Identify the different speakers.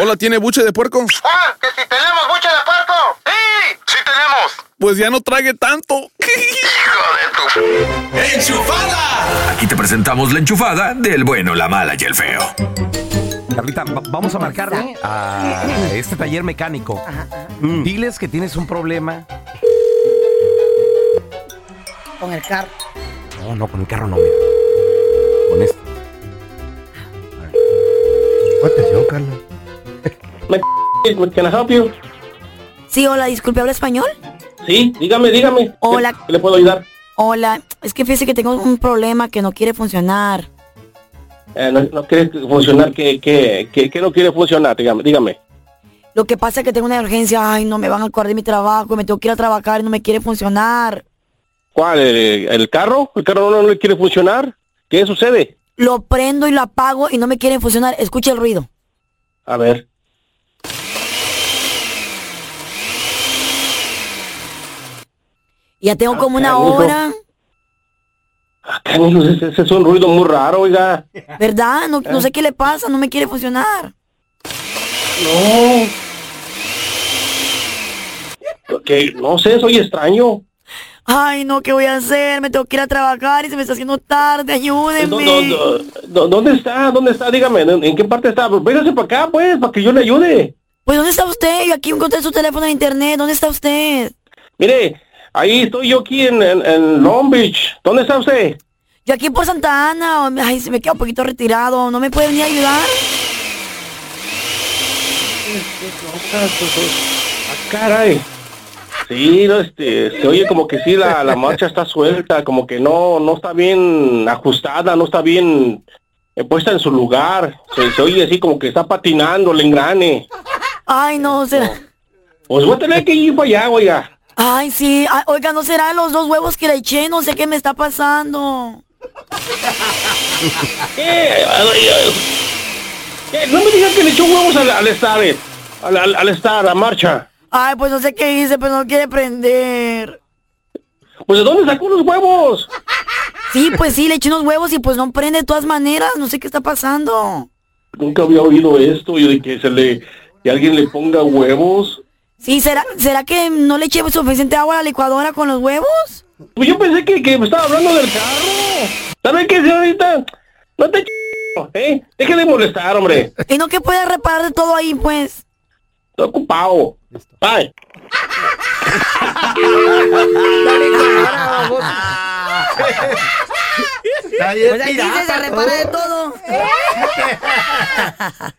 Speaker 1: Hola, ¿tiene buche de puerco?
Speaker 2: ¡Ah! ¡Que si tenemos buche de puerco! ¡Sí! ¡Sí tenemos!
Speaker 1: Pues ya no trague tanto.
Speaker 2: ¡Hijo de tu!
Speaker 3: ¡Enchufada! Aquí te presentamos la enchufada del bueno, la mala y el feo.
Speaker 4: Carlita, va- vamos a marcarle a este taller mecánico. Mm. Diles que tienes un problema.
Speaker 5: Con el carro.
Speaker 4: No, no, con el carro no, mira. Con este.
Speaker 6: Atención, Carla.
Speaker 7: What can I help you?
Speaker 5: Sí, hola, disculpe, ¿habla español?
Speaker 7: Sí, dígame, dígame. ¿Qué-
Speaker 5: Hola.
Speaker 7: ¿Qué le puedo ayudar?
Speaker 5: Hola, es que fíjese que tengo un problema que no quiere funcionar.
Speaker 7: Eh, no, no quiere funcionar, ¿qué, qué, qué, qué no quiere funcionar? Dígame, dígame.
Speaker 5: Lo que pasa es que tengo una urgencia, ay, no me van a acordar de mi trabajo, me tengo que ir a trabajar y no me quiere funcionar.
Speaker 7: ¿Cuál? ¿El, el carro? ¿El carro no, no le quiere funcionar? ¿Qué sucede?
Speaker 5: Lo prendo y lo apago y no me quiere funcionar. Escucha el ruido.
Speaker 7: A ver.
Speaker 5: Y Ya tengo como una
Speaker 7: canijo.
Speaker 5: hora,
Speaker 7: Acá, no, ese, ese es un ruido muy raro, oiga.
Speaker 5: ¿verdad? No, no sé qué le pasa, no me quiere funcionar.
Speaker 7: No. Que, no sé, soy extraño.
Speaker 5: Ay, no, ¿qué voy a hacer? Me tengo que ir a trabajar y se me está haciendo tarde,
Speaker 7: Eh, ¿dó-
Speaker 5: ayúdenme.
Speaker 7: dó- dó- ¿Dónde está? ¿Dónde está? Dígame, ¿en en qué parte está? Pues véngase para acá, pues, para que yo le ayude.
Speaker 5: Pues, ¿dónde está usted? Yo aquí encontré su teléfono en internet, ¿dónde está usted?
Speaker 7: Mire, ahí estoy yo aquí en, en, en Long Beach. ¿Dónde está usted?
Speaker 5: Yo aquí por Santa Ana, o- ay, se me queda un poquito retirado, ¿no me puede venir a ayudar?
Speaker 7: Ah, caray. Sí, no, este, se oye como que sí, la, la marcha está suelta, como que no, no está bien ajustada, no está bien eh, puesta en su lugar. Se, se oye así como que está patinando el engrane.
Speaker 5: Ay, no, será...
Speaker 7: Pues voy a tener que ir para allá, oiga.
Speaker 5: Ay, sí, ay, oiga, ¿no será los dos huevos que le eché? No sé qué me está pasando.
Speaker 7: ¿Qué? Ay, ay, ¿Qué? No me digas que le echó huevos al, al estar, eh, al, al, al estar, a marcha.
Speaker 5: Ay, pues no sé qué hice, pero no quiere prender.
Speaker 7: Pues ¿de dónde sacó los huevos?
Speaker 5: Sí, pues sí, le eché unos huevos y pues no prende de todas maneras, no sé qué está pasando.
Speaker 7: Nunca había oído esto, yo de que se le, que alguien le ponga huevos.
Speaker 5: Sí, ¿será, ¿será que no le eché pues, suficiente agua a la licuadora con los huevos?
Speaker 7: Pues yo pensé que, que me estaba hablando del carro. ¿Sabe qué, señorita? No te ch... ¿eh? Deje de molestar, hombre.
Speaker 5: Y no que pueda reparar de todo ahí, pues.
Speaker 7: Estoy ocupado. Bye.
Speaker 6: Está bien
Speaker 5: Pues aquí se,
Speaker 6: pirata,
Speaker 5: Pues oh. se repara de todo.